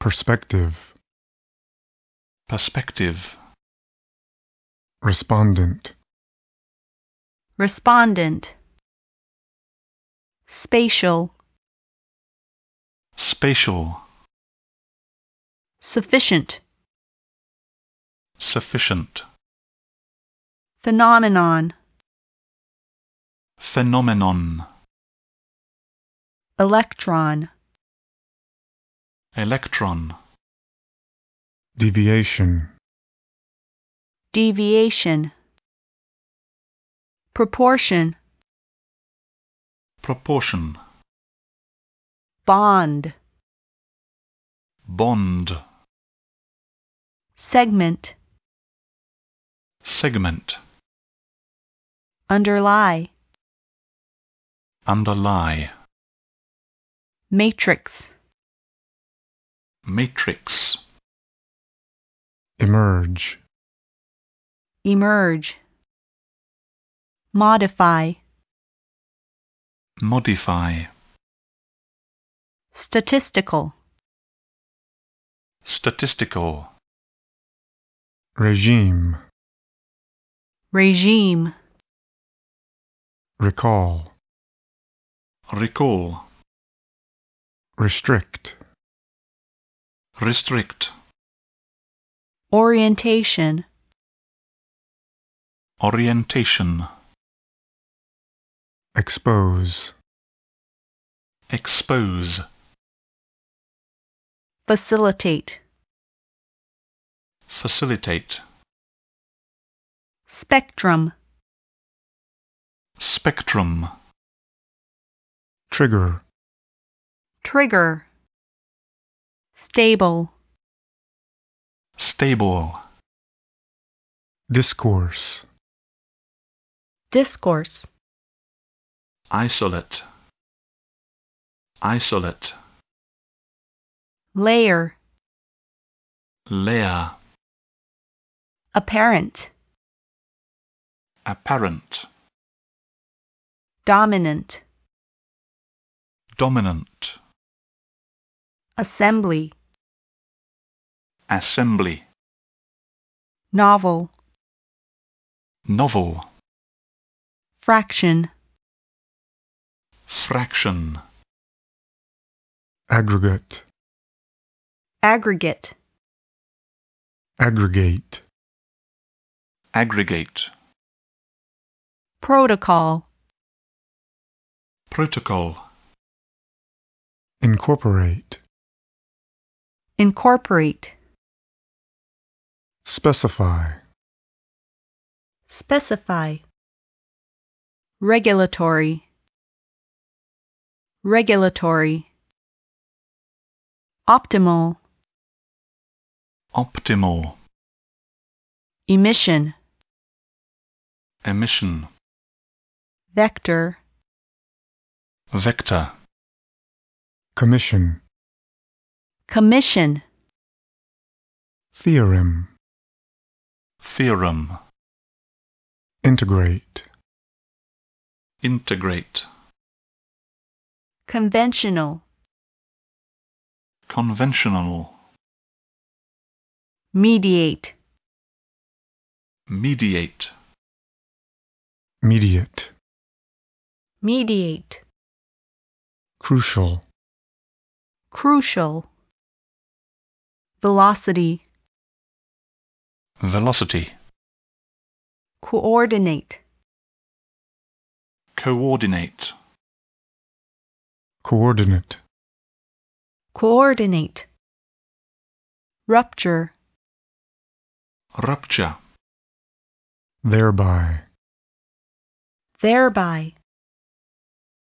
Perspective Perspective. Respondent Respondent. Spatial. Spatial. Sufficient. Sufficient. Phenomenon. Phenomenon. Electron. Electron. Deviation Deviation. Proportion. Proportion. Bond. Bond. Segment. Segment. Underlie. Underlie. Matrix. Matrix. Emerge Emerge. Modify. Modify. Statistical. Statistical. Regime Regime. Recall Recall. Restrict Restrict. Orientation. Orientation. Expose Expose. Facilitate. Facilitate. Spectrum. Spectrum. Trigger Trigger. Stable. Stable. Discourse Discourse. Isolate. Isolate. Layer. Layer. Apparent. Apparent. Dominant. Dominant. Assembly. Assembly. Novel. Novel. Fraction. Fraction. Aggregate Aggregate. Aggregate Aggregate. Protocol. Protocol. Incorporate Incorporate. Specify Specify. Regulatory. Regulatory. Optimal. Optimal. Emission. Emission. Vector. Vector. Commission Commission. Theorem Theorem. Integrate Integrate. Conventional. Conventional. Mediate. Mediate. Mediate Mediate. Crucial Crucial. Velocity. Velocity. Coordinate. Coordinate. Coordinate Coordinate. Rupture. Rupture. Thereby Thereby.